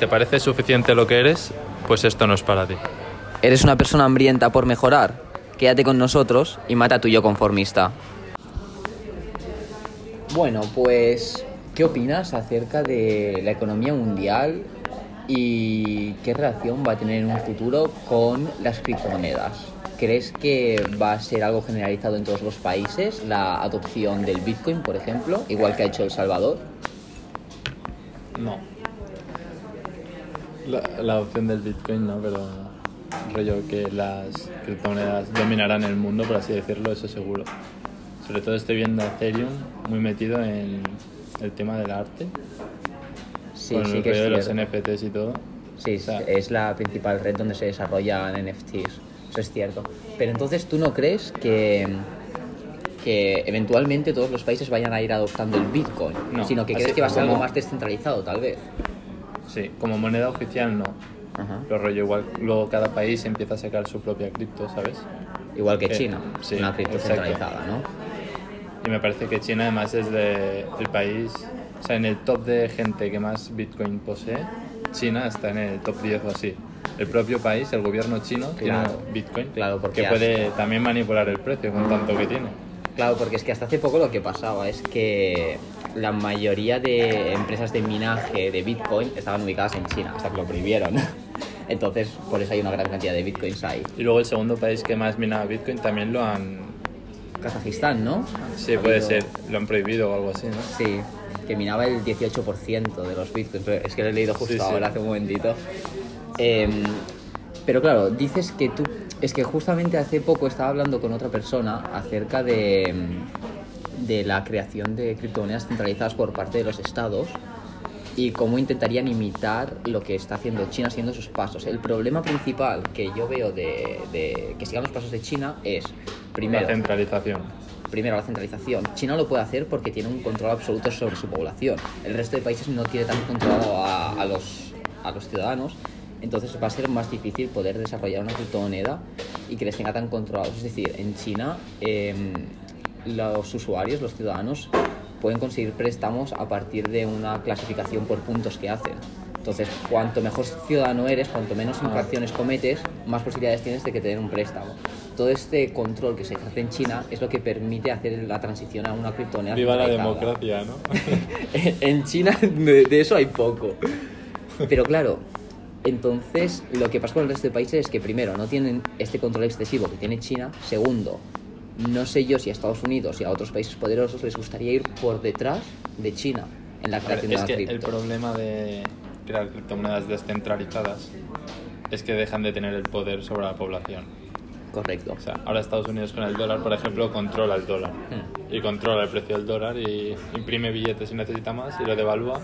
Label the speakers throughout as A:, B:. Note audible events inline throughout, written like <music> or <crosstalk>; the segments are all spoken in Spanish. A: ¿Te parece suficiente lo que eres? Pues esto no es para ti.
B: Eres una persona hambrienta por mejorar. Quédate con nosotros y mata a tu yo conformista. Bueno, pues, ¿qué opinas acerca de la economía mundial y qué relación va a tener en un futuro con las criptomonedas? ¿Crees que va a ser algo generalizado en todos los países la adopción del Bitcoin, por ejemplo, igual que ha hecho El Salvador?
C: No. La, la adopción del Bitcoin no, pero rollo que las criptomonedas dominarán el mundo, por así decirlo, eso seguro. Sobre todo estoy viendo a Ethereum muy metido en el tema del arte,
B: Sí,
C: con
B: sí
C: el
B: que es
C: rollo de los
B: cierto.
C: NFTs y todo.
B: Sí,
C: sea-
B: es la principal red donde se desarrollan NFTs, eso es cierto. Pero entonces, ¿tú no crees que, que eventualmente todos los países vayan a ir adoptando el Bitcoin?
C: No,
B: sino que
C: así
B: crees que va a ser algo
C: como-
B: más descentralizado, tal vez.
C: Sí, como moneda oficial no. Pero rollo igual, luego cada país empieza a sacar su propia cripto, ¿sabes?
B: Igual que
C: Eh,
B: China,
C: sí,
B: una cripto
C: exacto.
B: centralizada, ¿no?
C: Y me parece que China además es de- el país, o sea, en el top de gente que más Bitcoin posee, China está en el top 10 o así. El propio país, el gobierno chino,
B: Claro.
C: tiene Bitcoin,
B: Claro, porque
C: que puede también manipular el precio con tanto que tiene.
B: Claro, porque es que hasta hace poco lo que pasaba es que la mayoría de empresas de minaje de Bitcoin estaban ubicadas en China, hasta que lo prohibieron. <laughs> Entonces, por eso hay una gran cantidad de Bitcoins ahí.
C: Y luego el segundo país que más minaba Bitcoin también lo han...
B: Kazajistán, ¿no?
C: Sí,
B: Ha
C: puede
B: habido-
C: ser, lo han prohibido o algo así, ¿no?
B: Sí, que minaba el 18% de los bitcoins. pero Es que lo he leído justo
C: Sí, sí.
B: ahora, hace un momentito. Em, pero claro, dices que tú... Es que justamente hace poco estaba hablando con otra persona acerca de, em, de la creación de criptomonedas centralizadas por parte de los estados y cómo intentarían imitar lo que está haciendo China haciendo sus pasos. El problema principal que yo veo de, de que sigan los pasos de China es, primero,
C: La centralización.
B: primero la centralización. China lo puede hacer porque tiene un control absoluto sobre su población. El resto de países no tiene tan controlado a, a los, a los ciudadanos. Entonces va a ser más difícil poder desarrollar una criptomoneda y que les tenga tan controlados. Es decir, en China em, los usuarios, los ciudadanos, pueden conseguir préstamos a partir de una clasificación por puntos que hacen. Entonces, cuanto mejor ciudadano eres, cuanto menos
C: Ah.
B: infracciones cometes, más posibilidades tienes de que te den un préstamo. Todo este control que se ejerce en China es lo que permite hacer la transición a una criptomoneda.
C: Viva la
B: centralizada.
C: democracia, ¿no?
B: en China de, de eso hay poco. Pero claro, entonces lo que pasa con el resto de países es que primero no tienen este control excesivo que tiene China. Segundo, no sé yo si a Estados Unidos y a otros países poderosos les gustaría ir por detrás de China en la
C: A ver,
B: creación
C: es
B: de
C: que
B: la
C: el
B: cripto.
C: problema de crear criptomonedas descentralizadas es que dejan de tener el poder sobre la población.
B: Correcto.
C: O sea, ahora Estados Unidos con el dólar, por ejemplo, controla el dólar. Y controla el precio del dólar y imprime billetes si necesita más y lo devalúa.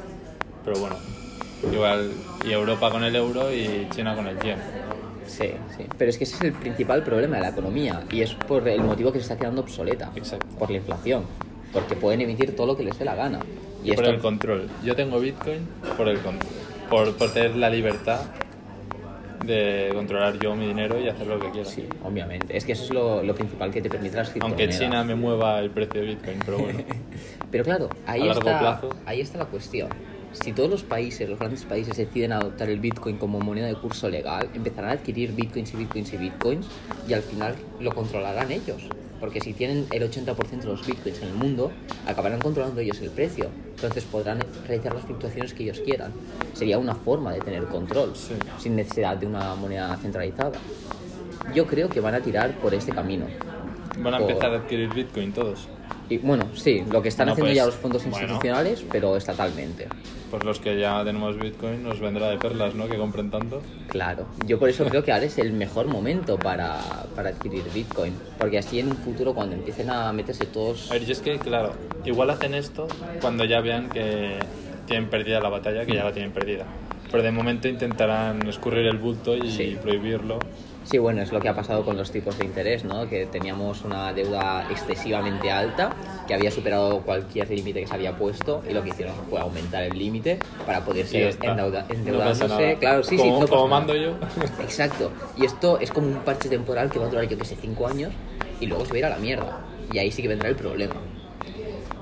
C: Pero bueno, igual y Europa con el euro y China con el yen.
B: Sí, sí. Pero es que ese es el principal problema de la economía y es por el motivo que se está quedando obsoleta.
C: Exacto.
B: Por la inflación. Porque pueden emitir todo lo que les dé la gana.
C: Y por el control. Yo tengo Bitcoin por el control. Por, por tener la libertad de controlar yo mi dinero y hacer lo que quiera.
B: Sí, obviamente. Es que eso es lo, lo principal que te permite las
C: Aunque
B: criptomonedas.
C: China me mueva el precio de Bitcoin, pero bueno. <laughs>
B: Pero claro, ahí
C: A largo
B: está,
C: plazo.
B: ahí está la cuestión. Si todos los países, los grandes países, deciden adoptar el Bitcoin como moneda de curso legal, empezarán a adquirir Bitcoins y Bitcoins y Bitcoins y al final lo controlarán ellos. Porque si tienen el 80% de los Bitcoins en el mundo, acabarán controlando ellos el precio. Entonces podrán realizar las fluctuaciones que ellos quieran. Sería una forma de tener control,
C: Sí.
B: sin necesidad de una moneda centralizada. Yo creo que van a tirar por este camino.
C: Van a
B: Por-
C: empezar a adquirir Bitcoin todos.
B: y bueno, sí, lo que están
C: No,
B: haciendo
C: pues,
B: ya los fondos
C: bueno.
B: institucionales, pero estatalmente.
C: Pues los que ya tenemos Bitcoin nos vendrá de perlas, ¿no? Que compren tanto.
B: Claro. Yo por
C: <laughs>
B: eso creo que ahora es el mejor momento para, para adquirir Bitcoin. Porque así en un futuro, cuando empiecen a meterse todos.
C: A ver, yo es que, claro, igual hacen esto cuando ya vean que tienen perdida la batalla, que ya la tienen perdida. Pero de momento intentarán escurrir el bulto y
B: Sí.
C: prohibirlo.
B: Sí, bueno, es lo que ha pasado con los tipos de interés, ¿no? Que teníamos una deuda excesivamente alta, que había superado cualquier límite que se había puesto, y lo que hicieron fue aumentar el límite para poder
C: Y ya
B: seguir
C: está.
B: endeuda-
C: No
B: endeudándose.
C: pasa nada.
B: claro, sí, sí.
C: Como-
B: no pasa
C: como
B: nada.
C: mando yo.
B: Exacto. Y esto es como un parche temporal que va a durar, yo que sé, cinco años y luego se va a ir a la mierda. Y ahí sí que vendrá el problema.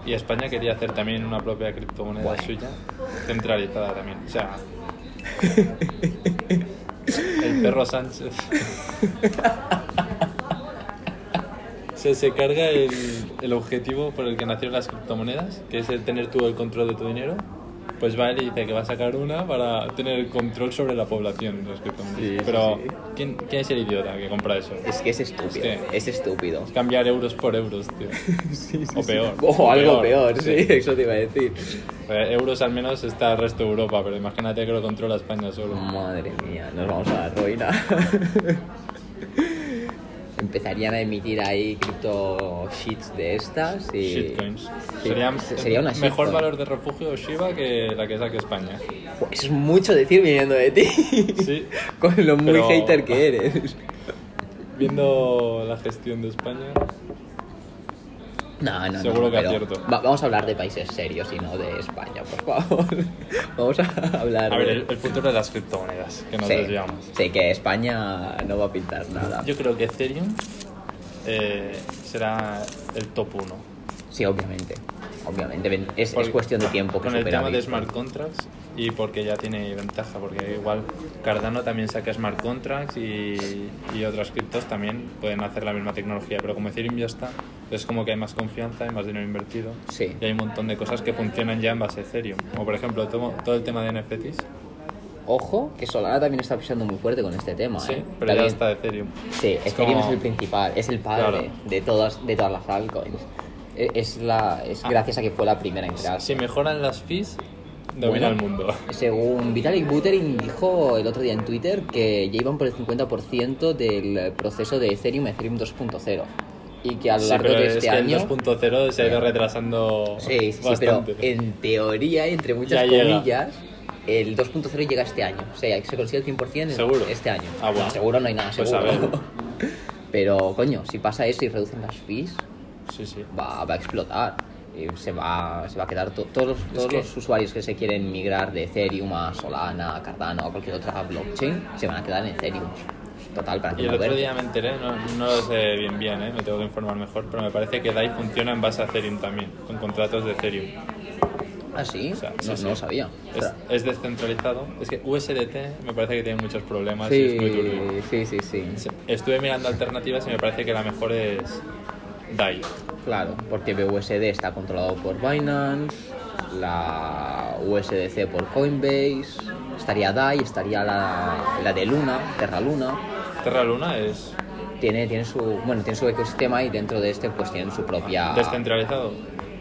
C: Y España quería hacer también una propia criptomoneda
B: Bueno.
C: suya, centralizada también. O sea,
A: El perro
B: <laughs>
A: Sánchez. Se, se carga el, el objetivo por el que nacieron las criptomonedas, que es el tener tú el control de tu dinero. Pues va él y dice que va a sacar una para tener el control sobre la población de las criptomonedas.
B: Sí, sí,
A: Pero,
B: sí.
A: ¿quién, ¿quién es el idiota que compra eso?
B: Es que es estúpido,
A: Es que-
B: es estúpido.
A: Cambiar euros por euros, tío. o peor.
B: <laughs> O algo peor, sí, eso te iba a decir.
A: Eh, Euros al menos está el resto de Europa, pero imagínate que lo controla España solo.
B: Madre mía, nos vamos a la ruina. <laughs> Empezarían a emitir ahí cripto sheets de estas y.
A: Shitcoins.
B: Sí,
A: Sería,
B: se- sería una
A: mejor
B: shitcoin.
A: valor de refugio Shiba que la que saque España.
B: Jo, Eso es mucho decir viniendo de ti.
A: Sí.
B: <laughs> Con lo muy
A: Pero-
B: hater que eres.
A: Viendo la gestión de España,
B: No, no, no,
A: Seguro que
B: pero
A: acierto.
B: va- vamos a hablar de países serios y no de España, por favor. <laughs> Vamos a hablar
A: a ver,
B: de.
A: el, el futuro de las criptomonedas, que nos
B: sí,
A: desviamos.
B: sí, que España no va a pintar nada.
A: Yo creo que Ethereum eh, será el top 1.
B: Sí, obviamente. Obviamente, ven- es, es
A: Porque-
B: cuestión de tiempo que
A: Con el
B: supera
A: tema
B: a
A: de
B: Bitcoin.
A: smart contracts y porque ya tiene ventaja, porque igual Cardano también saca smart contracts y, y otras criptos también pueden hacer la misma tecnología, pero como Ethereum ya está, es como que hay más confianza, hay más dinero invertido
B: Sí.
A: y hay un montón de cosas que funcionan ya en base a Ethereum. Como por ejemplo todo, todo el tema de NFTs,
B: Ojo, que Solana también está pisando muy fuerte con este tema.
A: sí,
B: ¿eh?
A: pero ya
B: También-
A: está Ethereum.
B: Sí,
A: Es
B: Ethereum
A: como-
B: es el principal, es el padre
A: Claro.
B: de, todas, de todas las altcoins. E- Es, la, es
A: Ah.
B: gracias a que fue la primera en crearse.
A: Si mejoran las fees, domina
B: Bueno.
A: el mundo.
B: Según Vitalik Buterin dijo el otro día en Twitter que ya iban por el 50% del proceso de Ethereum, Ethereum 2.0. Y que a lo
A: Sí,
B: largo
A: pero
B: de
A: es
B: este
A: que
B: año...
A: el 2.0 se ha ido retrasando
B: Sí, sí, sí, pero
A: bastante.
B: en teoría, entre muchas
A: Ya llega.
B: comillas, el 2.0 llega este año. O sea, se consigue el 100% en-
A: ¿Seguro?
B: este año.
A: Ah, bueno.
B: No, seguro no hay nada
A: Pues a
B: seguro.
A: ver.
B: <laughs> pero, coño, si pasa eso y reducen las fees,
A: Sí, sí.
B: va, va a explotar. Y se va, se va a quedar to- todos, los, todos
A: que-
B: los usuarios que se quieren migrar de Ethereum a Solana, a Cardano, a cualquier otra blockchain, se van a quedar en Ethereum. Total, para que
A: Y el otro
B: moverte.
A: día me enteré, no, no lo sé bien bien, ¿eh? me tengo que informar mejor, pero me parece que DAI funciona en base a Ethereum también, con contratos de Ethereum.
B: Ah, sí,
A: O sea,
B: no,
A: sí,
B: no
A: sí.
B: lo sabía.
A: Es, es descentralizado. Es que USDT me parece que tiene muchos problemas y es muy turbio.
B: Sí, sí, sí, sí.
A: Se- Estuve mirando alternativas y me parece que la mejor es DAI.
B: Claro, porque BUSD está controlado por Binance, la USDC por Coinbase, estaría DAI, estaría la, la de Luna, Terra Luna.
A: Terra Luna es
B: Tiene, tiene su bueno tiene su ecosistema y dentro de este pues tienen su propia
A: descentralizado.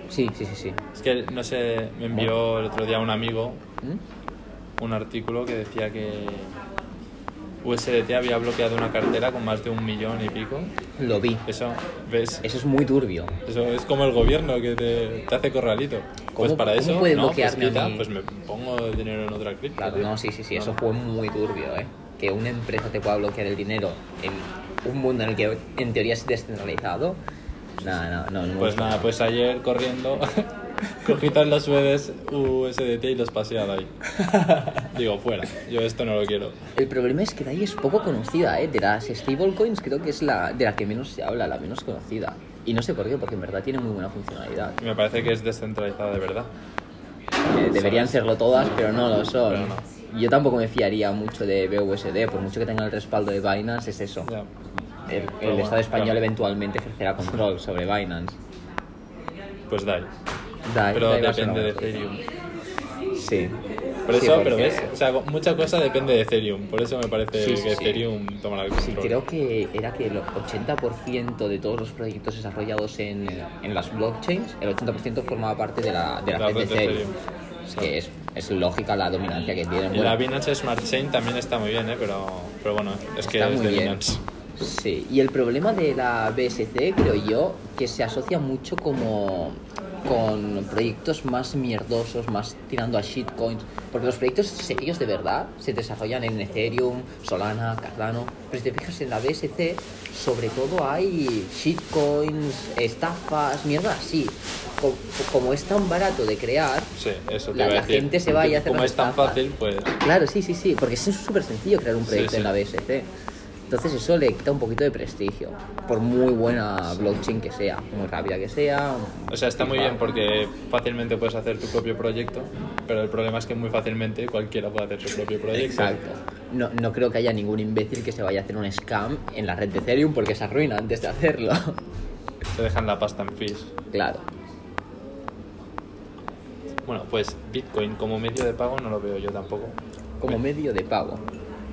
B: sí sí sí sí
A: Es que no sé, me envió el otro día un amigo
B: ¿Mm?
A: un artículo que decía que USDT había bloqueado una cartera con más de un millón y pico.
B: lo vi
A: Eso, ¿ves?
B: eso es muy turbio
A: Eso es como el gobierno que te, te hace corralito. Pues para
B: cómo
A: eso,
B: puede
A: no, pues,
B: bloquearme a
A: quita,
B: mí?
A: pues me pongo el dinero en otra cripto.
B: claro
A: tío.
B: no sí sí sí
A: No,
B: eso
A: no.
B: fue muy turbio eh que una empresa te pueda bloquear el dinero en un mundo en el que en teoría es descentralizado nada no no, no
A: Pues nada, pues ayer corriendo cogí todas las USDs USDT y los pasé a DAI. Digo, fuera, yo esto no lo quiero.
B: El problema es que DAI es poco conocida, ¿eh? De las stablecoins creo que es la de la que menos se habla, la menos conocida. Y no sé por qué, porque en verdad tiene muy buena funcionalidad.
A: Y me parece que es descentralizado de verdad.
B: Eh, deberían serlo todas, pero no lo son.
A: Pero
B: Yo tampoco me fiaría mucho de BUSD, por mucho que tenga el respaldo de Binance, es eso.
A: Ya.
B: El, el
A: bueno,
B: Estado español
A: claro.
B: eventualmente ejercerá control sobre Binance.
A: Pues DAI.
B: DAI,
A: Pero
B: DAI va a ser
A: depende de
B: una buena
A: Ethereum.
B: cosa. Sí.
A: Por
B: Sí,
A: eso, pero
B: porque-
A: ves, o sea, mucha cosa depende de Ethereum. Por eso me parece
B: Sí, sí,
A: que
B: sí.
A: Ethereum toma la
B: Sí,
A: control.
B: creo que era que el 80% de todos los proyectos desarrollados en, en las blockchains, el 80% formaba parte de la, de la red de Ethereum. Es que es, es lógica la dominancia que tienen.
A: Y
B: Bueno,
A: la Binance Smart Chain también está muy bien, ¿eh? pero, pero bueno, es que
B: está
A: es
B: muy
A: de
B: bien.
A: Binance.
B: Sí, y el problema de la BSC, creo yo, que se asocia mucho como con proyectos más mierdosos, más tirando a shitcoins, porque los proyectos serios de verdad se desarrollan en Ethereum, Solana, Cardano, pero si te fijas en la BSC, sobre todo hay shitcoins, estafas, mierda así. Co- Como es tan barato de crear,
A: Sí, eso te
B: La-
A: iba a
B: la
A: decir.
B: gente se va y hace
A: Como
B: las
A: es tan
B: estafas.
A: fácil, pues
B: Claro, sí, sí, sí, porque es súper sencillo crear un
A: Sí,
B: proyecto
A: sí.
B: en la BSC. Entonces eso le quita un poquito de prestigio, por muy buena blockchain que sea, muy rápida que sea.
C: O sea, está muy bien porque fácilmente puedes hacer tu propio proyecto, pero el problema es que muy fácilmente cualquiera puede hacer su propio proyecto.
B: Exacto. No, no creo que haya ningún imbécil que se vaya a hacer un scam en la red de Ethereum porque se arruina antes de hacerlo. <laughs>
C: Te dejan la pasta en fees.
B: claro.
C: Bueno, pues Bitcoin como medio de pago no lo veo yo tampoco.
B: Como medio de pago.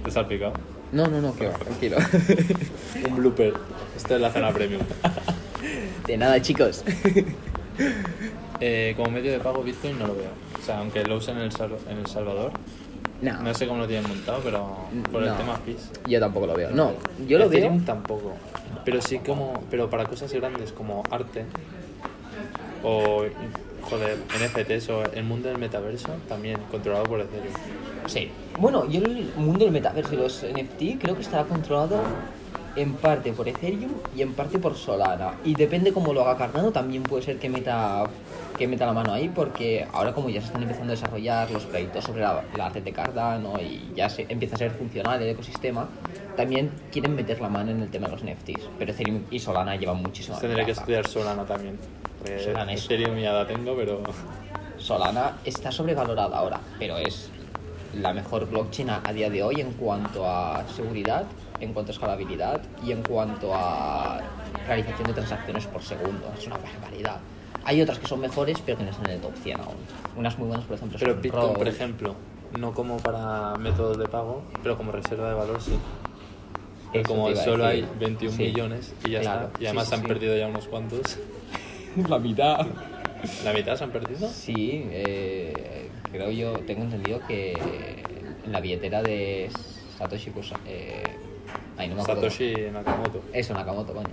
C: Te has salpicado.
B: No, no, no, que va, tranquilo. <laughs>
C: Un blooper. Esto es la zona premium.
B: De nada, chicos.
C: <laughs> Eh, como medio de pago Bitcoin no lo veo. O sea, aunque lo usen en El, Sal- en el Salvador.
B: No,
C: No sé cómo lo tienen montado, pero por el
B: No.
C: tema fees.
B: yo tampoco lo veo. No, yo lo
C: Ethereum
B: veo.
C: tampoco. Pero sí como. Pero para cosas grandes como arte. O joder, NFTs o el mundo del metaverso también controlado por Ethereum.
B: Sí. Bueno, y el mundo del metaverso y los NFT creo que estará controlado en parte por Ethereum y en parte por Solana. Y depende cómo lo haga Cardano, también puede ser que meta, que meta la mano ahí, porque ahora como ya se están empezando a desarrollar los proyectos sobre la, la red de Cardano y ya se, empieza a ser funcional el ecosistema, también quieren meter la mano en el tema de los NFTs. Pero Ethereum y Solana llevan muchísimo
C: Tendré Pues que estudiar Solana también. porque
B: Solana es-
C: Ethereum ya la tengo, pero.
B: Solana está sobrevalorada ahora, pero es la mejor blockchain a, a día de hoy en cuanto a seguridad, en cuanto a escalabilidad y en cuanto a realización de transacciones por segundo. Es una barbaridad. Hay otras que son mejores, pero que no están en el top 100 aún. Unas muy buenas, por ejemplo,
C: Pero
B: son
C: Bitcoin, por
B: Rhodes.
C: ejemplo, no como para métodos de pago, pero como reserva de valor sí. Pero
B: Eso te
C: como
B: iba a
C: solo hay
B: decir.
C: 21
B: Sí.
C: millones <laughs> y ya
B: Claro.
C: está.
B: Sí,
C: Y además
B: sí,
C: han
B: sí.
C: perdido ya unos cuantos. <laughs>
B: La mitad.
C: ¿La mitad se han perdido?
B: Sí, eh, creo yo, tengo entendido que en la billetera de Satoshi Kusa... eh, ay, no me acuerdo.
C: Satoshi Nakamoto.
B: Eso, Nakamoto, coño.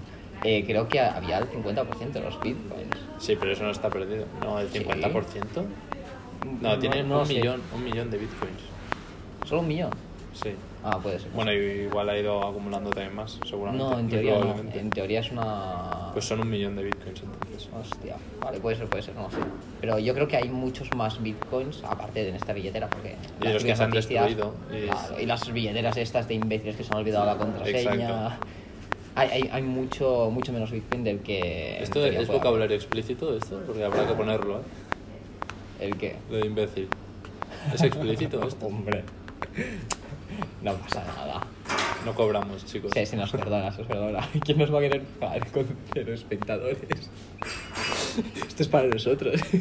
B: Eh, creo que había el 50% de los bitcoins.
C: Sí, pero eso no está perdido. No, el
B: Sí.
C: 50%. No, tiene
B: no
C: un,
B: sé.
C: millón, un millón de bitcoins.
B: ¿Solo un millón?
C: Sí.
B: Ah, puede ser.
C: Bueno, y- igual ha ido acumulando también más, seguramente.
B: no, en teoría no.
C: Probablemente.
B: En teoría es una...
C: Pues son un millón de bitcoins entonces.
B: Hostia. Vale, puede ser, puede ser, no sé. Pero yo creo que hay muchos más bitcoins, aparte de en esta billetera, porque...
C: Y
B: las
C: los que se han
B: noticias-
C: destruido, y-
B: Claro, y las billeteras estas de imbéciles que se han olvidado la contraseña...
C: Exacto.
B: Hay, hay, hay mucho, mucho menos bitcoin del que... en
C: ¿Esto
B: teoría puede
C: es
B: haber.
C: vocabulario explícito esto? Porque habrá que ponerlo, ¿eh?
B: ¿El qué?
C: Lo de imbécil. Es <laughs> explícito esto.
B: Hombre. <laughs> No pasa nada.
C: No cobramos, chicos.
B: Sí, sí, nos perdona, se nos perdona. <laughs> ¿Quién nos va a querer pagar con cero espectadores? <laughs> Esto es para nosotros. <laughs>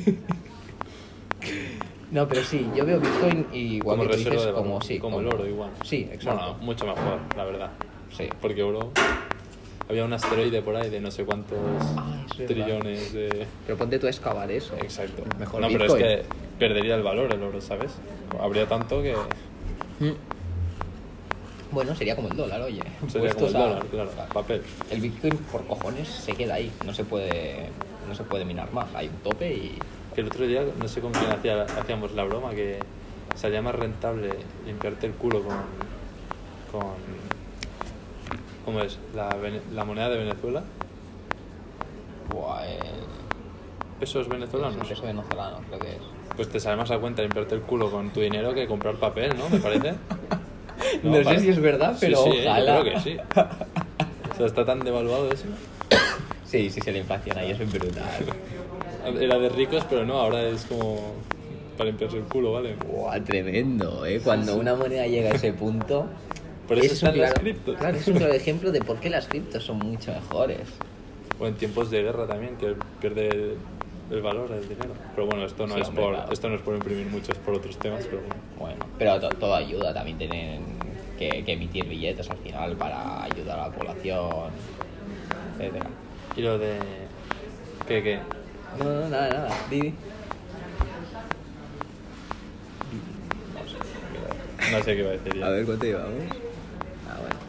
B: No, pero sí, yo veo Bitcoin y igual
C: Como
B: que tú
C: reserva
B: dices,
C: de valor.
B: como sí.
C: el oro, igual.
B: Sí, exacto.
C: Bueno, mucho mejor, la verdad.
B: Sí.
C: Porque oro. Había un asteroide por ahí de no sé cuántos
B: Ah, es verdad.
C: trillones de.
B: Pero ponte tú a excavar eso.
C: Exacto.
B: Mejor
C: no,
B: Bitcoin.
C: pero es que perdería el valor el oro, ¿sabes? Habría tanto que
B: Mm. Bueno, sería como el dólar, oye.
C: sería como
B: Puestos
C: el
B: a-
C: dólar, claro, papel.
B: El Bitcoin, por cojones, se queda ahí. No se puede, no se puede minar más. Hay un tope y...
C: Que el otro día, no sé con quién hacía- hacíamos la broma, que salía más rentable limpiarte el culo con. con ¿Cómo es? La, vene- la moneda de Venezuela.
B: Buah, eh,
C: ¿Pesos
B: es un
C: venezolanos?
B: peso venezolano, creo que es.
C: Pues te sale más a cuenta limpiarte el culo con tu dinero que comprar papel, ¿no? Me parece.
B: No, sé
C: parece.
B: si es verdad,
C: Sí,
B: pero
C: sí, eh, yo
B: ojalá.
C: creo que sí. O sea, está tan devaluado eso.
B: Sí, sí, se le inflaciona y eso es brutal.
C: Era de ricos, pero no, ahora es como para limpiarse el culo, ¿vale?
B: <laughs> Buah, tremendo, ¿eh? Cuando una moneda llega a ese punto...
C: Por eso
B: es un
C: están las
B: claro-
C: criptos.
B: Claro, es un claro ejemplo de por qué las criptos son mucho mejores.
C: O en tiempos de guerra también, que pierde el, el valor del dinero. Pero bueno, esto no,
B: Sí,
C: es
B: hombre,
C: por,
B: claro.
C: esto no es por imprimir mucho, es por otros temas, pero bueno.
B: Bueno, pero to- todo ayuda, también tienen que, que emitir billetes al final para ayudar a la población, etcétera.
C: Y lo de... ¿Qué, qué?
B: No, no, nada, nada, Didi.
C: No sé qué va a decir ya.
B: ¿cuánto llevamos? Ah, bueno.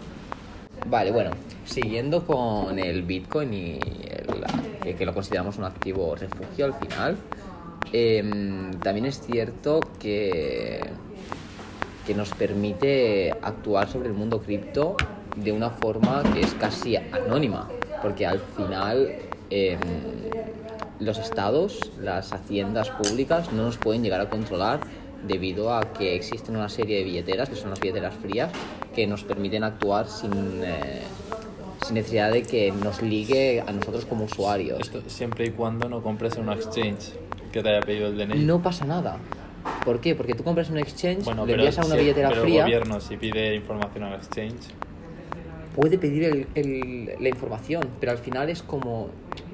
B: Vale, bueno, siguiendo con el Bitcoin y el- que, que lo consideramos un activo refugio al final, em, también es cierto que, que nos permite actuar sobre el mundo cripto de una forma que es casi anónima, porque al final em, los estados, las haciendas públicas no nos pueden llegar a controlar debido a que existen una serie de billeteras, que son las billeteras frías, que nos permiten actuar sin, eh, sin necesidad de que nos ligue a nosotros como usuarios.
C: Esto siempre y cuando no compres en un exchange que te haya pedido el DNI.
B: No pasa nada. ¿Por qué? Porque tú compras en un exchange,
C: Bueno,
B: le
C: pero
B: envías a una
C: si-
B: billetera
C: pero
B: fría,
C: el gobierno si pide información al exchange.
B: puede pedir el- el- la información, pero al final es como...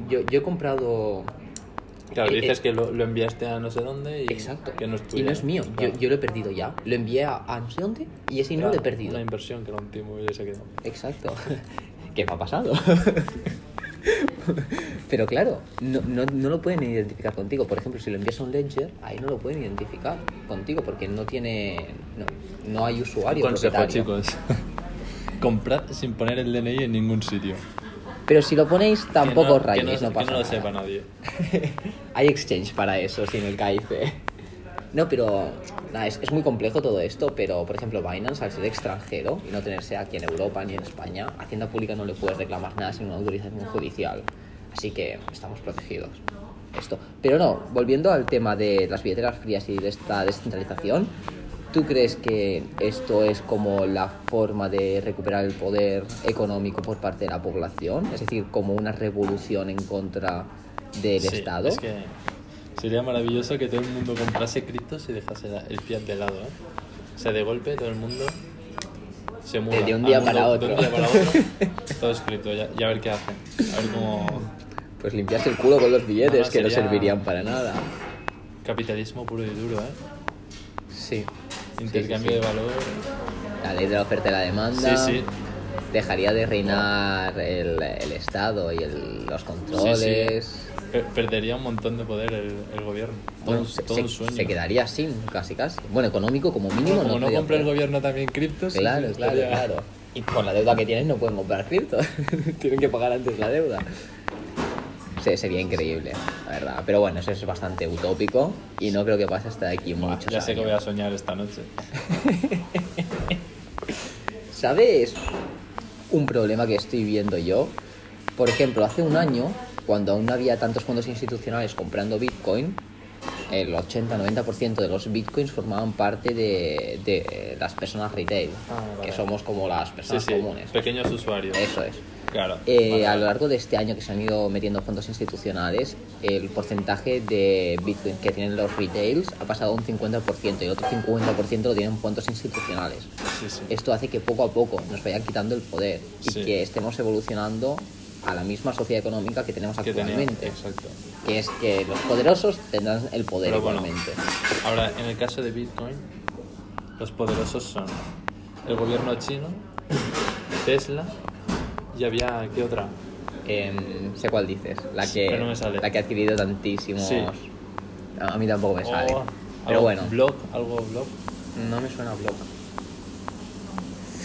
B: Yo, yo he comprado...
C: Claro,
B: Eh,
C: dices
B: eh.
C: que lo, lo enviaste a no sé dónde y
B: Exacto.
C: que no es tuyo.
B: y no es mío.
C: Claro.
B: Yo, yo lo he perdido ya. Lo envié a, a no sé dónde y ese no
C: Era
B: lo he perdido.
C: Una inversión que era un timo y se quedó.
B: Exacto. <laughs> ¿Qué me ha pasado? <laughs> Pero claro, no, no, no lo pueden identificar contigo. Por ejemplo, si lo envías a un ledger, ahí no lo pueden identificar contigo porque no tiene. No, no hay usuario.
C: Consejo,
B: propietario.
C: chicos. <laughs> Comprad sin poner el DNI en ningún sitio.
B: Pero si lo ponéis, tampoco os
C: que
B: rayéis, no,
C: no, que
B: pasa
C: no lo
B: nada.
C: sepa nadie.
B: <laughs> Hay exchange para eso, sin el KIC. No, pero nada, es, es muy complejo todo esto, pero por ejemplo Binance al ser extranjero y no tenerse aquí en Europa ni en España, Hacienda Pública no le puedes reclamar nada sin una autorización judicial. Así que estamos protegidos. Esto. Pero no, volviendo al tema de las billeteras frías y de esta descentralización, ¿tú crees que esto es como la forma de recuperar el poder económico por parte de la población? Es decir, como una revolución en contra del
C: Sí,
B: Estado.
C: Es que sería maravilloso que todo el mundo comprase criptos y dejase la- el fiat de lado, ¿eh? O sea, de golpe todo el mundo se muda.
B: de un
C: al
B: día
C: mundo-
B: para
C: de un
B: otro.
C: día para otro,
B: <laughs>
C: todo es cripto, ya, ya a ver qué hacen. A ver cómo...
B: Pues limpiarse el culo con los billetes
C: No, no,
B: que no
C: sería-
B: servirían para nada.
C: Capitalismo puro y duro, ¿eh?
B: Sí.
C: Intercambio de valor.
B: La ley de la oferta y la demanda.
C: Sí, sí.
B: Dejaría de reinar el, el Estado y el- los
C: Sí, sí.
B: controles.
C: Per- perdería un montón de poder el, el gobierno.
B: Bueno,
C: Todo-
B: se,
C: todo
B: se-
C: un sueño.
B: se quedaría sin, casi casi. Bueno, económico como mínimo.
C: Bueno, como no
B: podría
C: compra el
B: poder.
C: gobierno también criptos. sí,
B: Claro,
C: sí,
B: claro,
C: estaría-
B: claro. Y con la deuda que tienen no pueden comprar cripto. <laughs> tienen que pagar antes la deuda. Se- sería increíble, la verdad. Pero bueno, eso es bastante utópico y no creo que pase hasta de aquí muchos
C: Ya sé que
B: años.
C: voy a soñar esta noche.
B: ¿Sabes un problema que estoy viendo yo? Por ejemplo, hace un año, cuando aún no había tantos fondos institucionales comprando Bitcoin, el 80-90% de los Bitcoins formaban parte de, de las personas retail,
C: Ah, vale.
B: que somos como las
C: Sí,
B: personas
C: sí.
B: comunes.
C: Pequeños usuarios.
B: Eso es.
C: Claro.
B: Eh,
C: Vale,
B: a
C: vale.
B: lo largo de este año que se han ido metiendo fondos institucionales, el porcentaje de Bitcoin que tienen los retails ha pasado a un 50% y el otro 50% lo tienen fondos institucionales.
C: Sí, sí.
B: Esto hace que poco a poco nos vayan quitando el poder y
C: Sí.
B: que estemos evolucionando a la misma sociedad económica que tenemos
C: Que tenía-
B: actualmente.
C: Exacto.
B: que es que los poderosos tendrán el poder
C: Pero bueno.
B: igualmente.
C: Ahora, en el caso de Bitcoin, los poderosos son el gobierno chino, Tesla y había. ¿Qué otra?
B: Em, sé cuál dices, la
C: Sí,
B: que,
C: pero no me sale.
B: la que ha adquirido tantísimos...
C: Sí.
B: A a mí tampoco me
C: O
B: sale. Pero
C: Oh, algo
B: bueno,
C: Block, algo Block.
B: no me suena blog.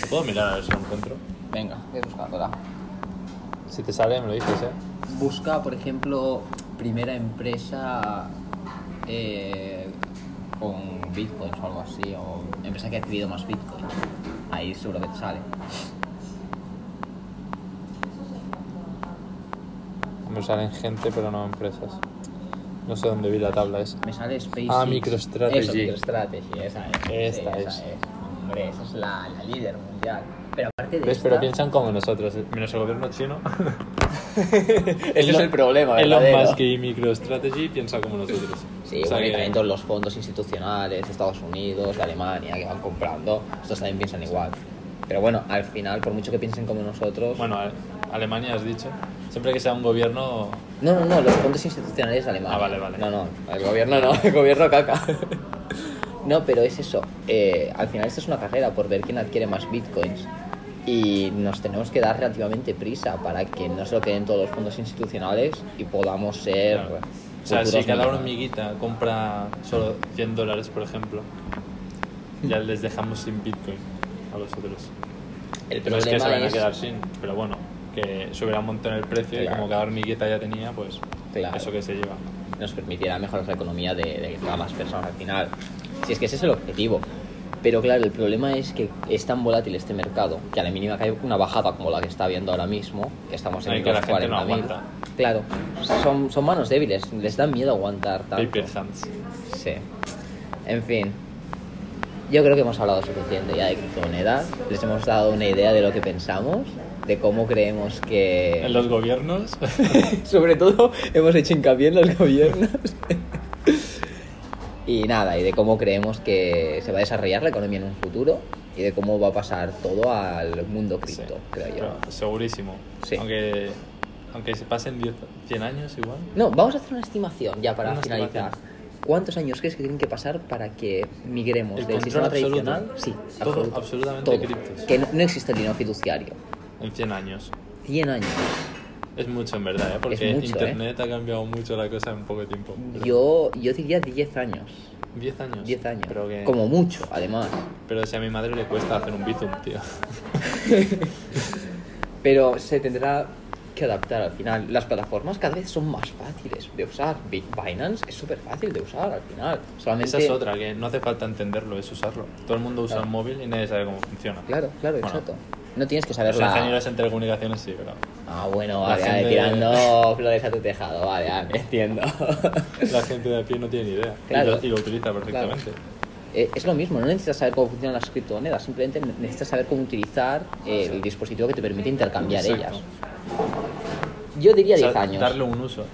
C: Puedo mirar a ver si lo encuentro.
B: Venga, voy buscándola.
C: Si te sale, me lo dices, ¿eh?
B: Busca, por ejemplo, primera empresa eh, con bitcoins o algo así, o empresa que ha adquirido más bitcoins. Ahí seguro que te sale.
C: Me salen gente, pero no empresas. No sé dónde vi la tabla esa.
B: Me sale SpaceX.
C: Ah, MicroStrategy.
B: Eso, MicroStrategy, esa es. sí,
C: Esta
B: esa
C: es.
B: Hombre, esa es la, la líder mundial. Pero aparte de
C: ¿Ves?
B: esta,
C: Pero piensan como nosotros, eh, menos el gobierno
B: <laughs>
C: chino.
B: Ese es el problema,
C: Elon
B: verdadero.
C: Musk y MicroStrategy piensa como nosotros.
B: Sí,
C: O sea
B: bueno, y
C: que-
B: también todos los fondos institucionales de Estados Unidos, de Alemania, que van comprando, estos también piensan igual. Pero bueno, al final, por mucho que piensen como nosotros...
C: Bueno, Ale- Alemania has dicho. Siempre que sea un gobierno...
B: No, no, no, los fondos institucionales alemanes.
C: Ah, vale, vale.
B: No, no, el gobierno no, el gobierno caca. <laughs> No, pero es eso. eh, al final, esto es una carrera por ver quién adquiere más bitcoins. Y nos tenemos que dar relativamente prisa para que no se lo queden todos los fondos institucionales y podamos ser.
C: claro. O sea, si
B: futuros
C: cada
B: millonarios.
C: hormiguita compra solo 100 dólares, por ejemplo, ya les dejamos sin Bitcoin a los otros.
B: El
C: Pero es
B: problema
C: que se van a
B: es-
C: quedar sin. Pero bueno, que subirá un montón el precio y
B: Claro.
C: como cada hormiguita ya tenía, pues
B: Claro.
C: eso que se lleva.
B: nos permitirá mejorar la economía de, de todas las personas al final. Si es que ese es el objetivo. Pero claro, el problema es que es tan volátil este mercado que a la mínima que hay una bajada como la que está habiendo ahora mismo, que estamos en
C: Ay, que la gente no
B: 40.000.
C: aguanta.
B: Claro, son, son manos débiles, les da miedo aguantar tanto.
C: Paper Hands.
B: Sí. En fin, Yo creo que hemos hablado suficiente ya de criptomonedas. Les hemos dado una idea de lo que pensamos, de cómo creemos que...
C: En los gobiernos. <laughs>
B: <laughs> Sobre todo hemos hecho hincapié en los gobiernos. <laughs> y nada, y de cómo creemos que se va a desarrollar la economía en un futuro y de cómo va a pasar todo al mundo cripto,
C: Sí,
B: creo yo.
C: pero Segurísimo.
B: Sí.
C: Aunque, aunque se pasen 10, 100 años igual.
B: No, vamos a hacer una estimación ya para
C: Una
B: finalizar.
C: estimación.
B: ¿Cuántos años crees que tienen que pasar para que migremos
C: El
B: del
C: control
B: sistema tradicional?
C: absoluto.
B: Sí,
C: Todo,
B: absoluto.
C: absolutamente
B: Todo.
C: criptos.
B: Que no, no existe el dinero fiduciario.
C: En 100 años.
B: 100 años.
C: Es mucho en verdad, ¿eh? porque
B: Es mucho,
C: internet ha cambiado mucho la cosa en poco tiempo. Pero
B: Yo, yo diría 10 años.
C: 10 años.
B: 10 años.
C: Pero, que-
B: Como mucho, además.
C: pero si a mi madre le cuesta hacer un bizum, tío.
B: Pero se tendrá que adaptar al final. Las plataformas cada vez son más fáciles de usar. Bi- Binance es súper fácil de usar al final. Solamente...
C: Esa es otra, que no hace falta entenderlo, es usarlo. Todo el mundo usa
B: Claro.
C: un móvil y nadie sabe cómo funciona.
B: Claro, claro,
C: Bueno.
B: exacto. No tienes que
C: Los
B: saber la-
C: ingenieros en telecomunicaciones sí, pero
B: Ah, bueno,
C: La
B: vale, vale,
C: gente-
B: tirando <laughs> flores a tu tejado, vale, vale,
C: <laughs>
B: entiendo.
C: la gente de a pie no tiene ni idea. Y
B: Claro.
C: lo- Y, lo, utiliza perfectamente.
B: Eh, es lo mismo, no necesitas saber cómo funcionan las criptomonedas, simplemente necesitas saber cómo utilizar eh, el dispositivo que te permite intercambiar
C: Exacto.
B: ellas. Yo diría
C: O sea,
B: 10 años.
C: Darle un uso.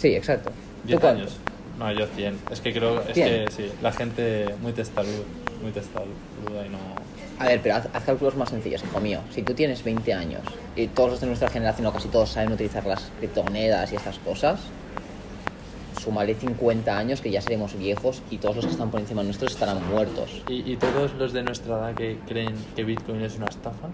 B: Sí, exacto. ¿Tú
C: 10
B: cuánto?
C: años. No, yo 100. Es que creo, es
B: 100.
C: que sí, la gente muy testaruda, muy testaruda y no...
B: A ver, pero haz, haz cálculos más sencillos, hijo mío. Si tú tienes 20 años y todos los de nuestra generación o casi todos saben utilizar las criptomonedas y estas cosas, súmale 50 años que ya seremos viejos y todos los que están por encima de nosotros estarán muertos.
C: Y, y todos los de nuestra edad que creen que Bitcoin es una estafa,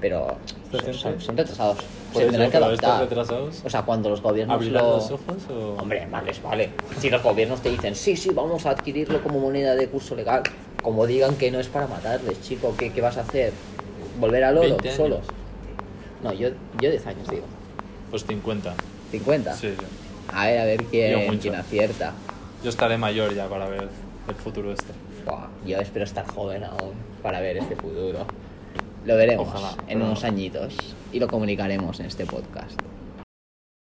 B: pero
C: Esta
B: son,
C: gente-
B: son- son retrasados. Se
C: Por eso,
B: tendrán que
C: pero estos
B: adaptar.
C: retrasados,
B: O sea, cuando los gobiernos
C: ¿abrirán
B: lo-
C: los ojos o...?
B: Hombre, más les vale. Si los gobiernos te dicen, sí, sí, vamos a adquirirlo como moneda de curso legal, como digan que no es para matarles, chico, ¿qué, qué vas a hacer? ¿Volver al oro
C: 20 años.
B: solo? No, yo, yo 10 años digo.
C: Pues 50.
B: 50.
C: Sí, sí.
B: A ver, a ver
C: Yo
B: quién,
C: mucho.
B: quién acierta.
C: Yo estaré mayor ya para ver el futuro este.
B: Buah, yo espero estar joven aún para ver este futuro. Lo veremos
C: Ojalá,
B: en
C: pero-
B: unos añitos y lo comunicaremos en este podcast.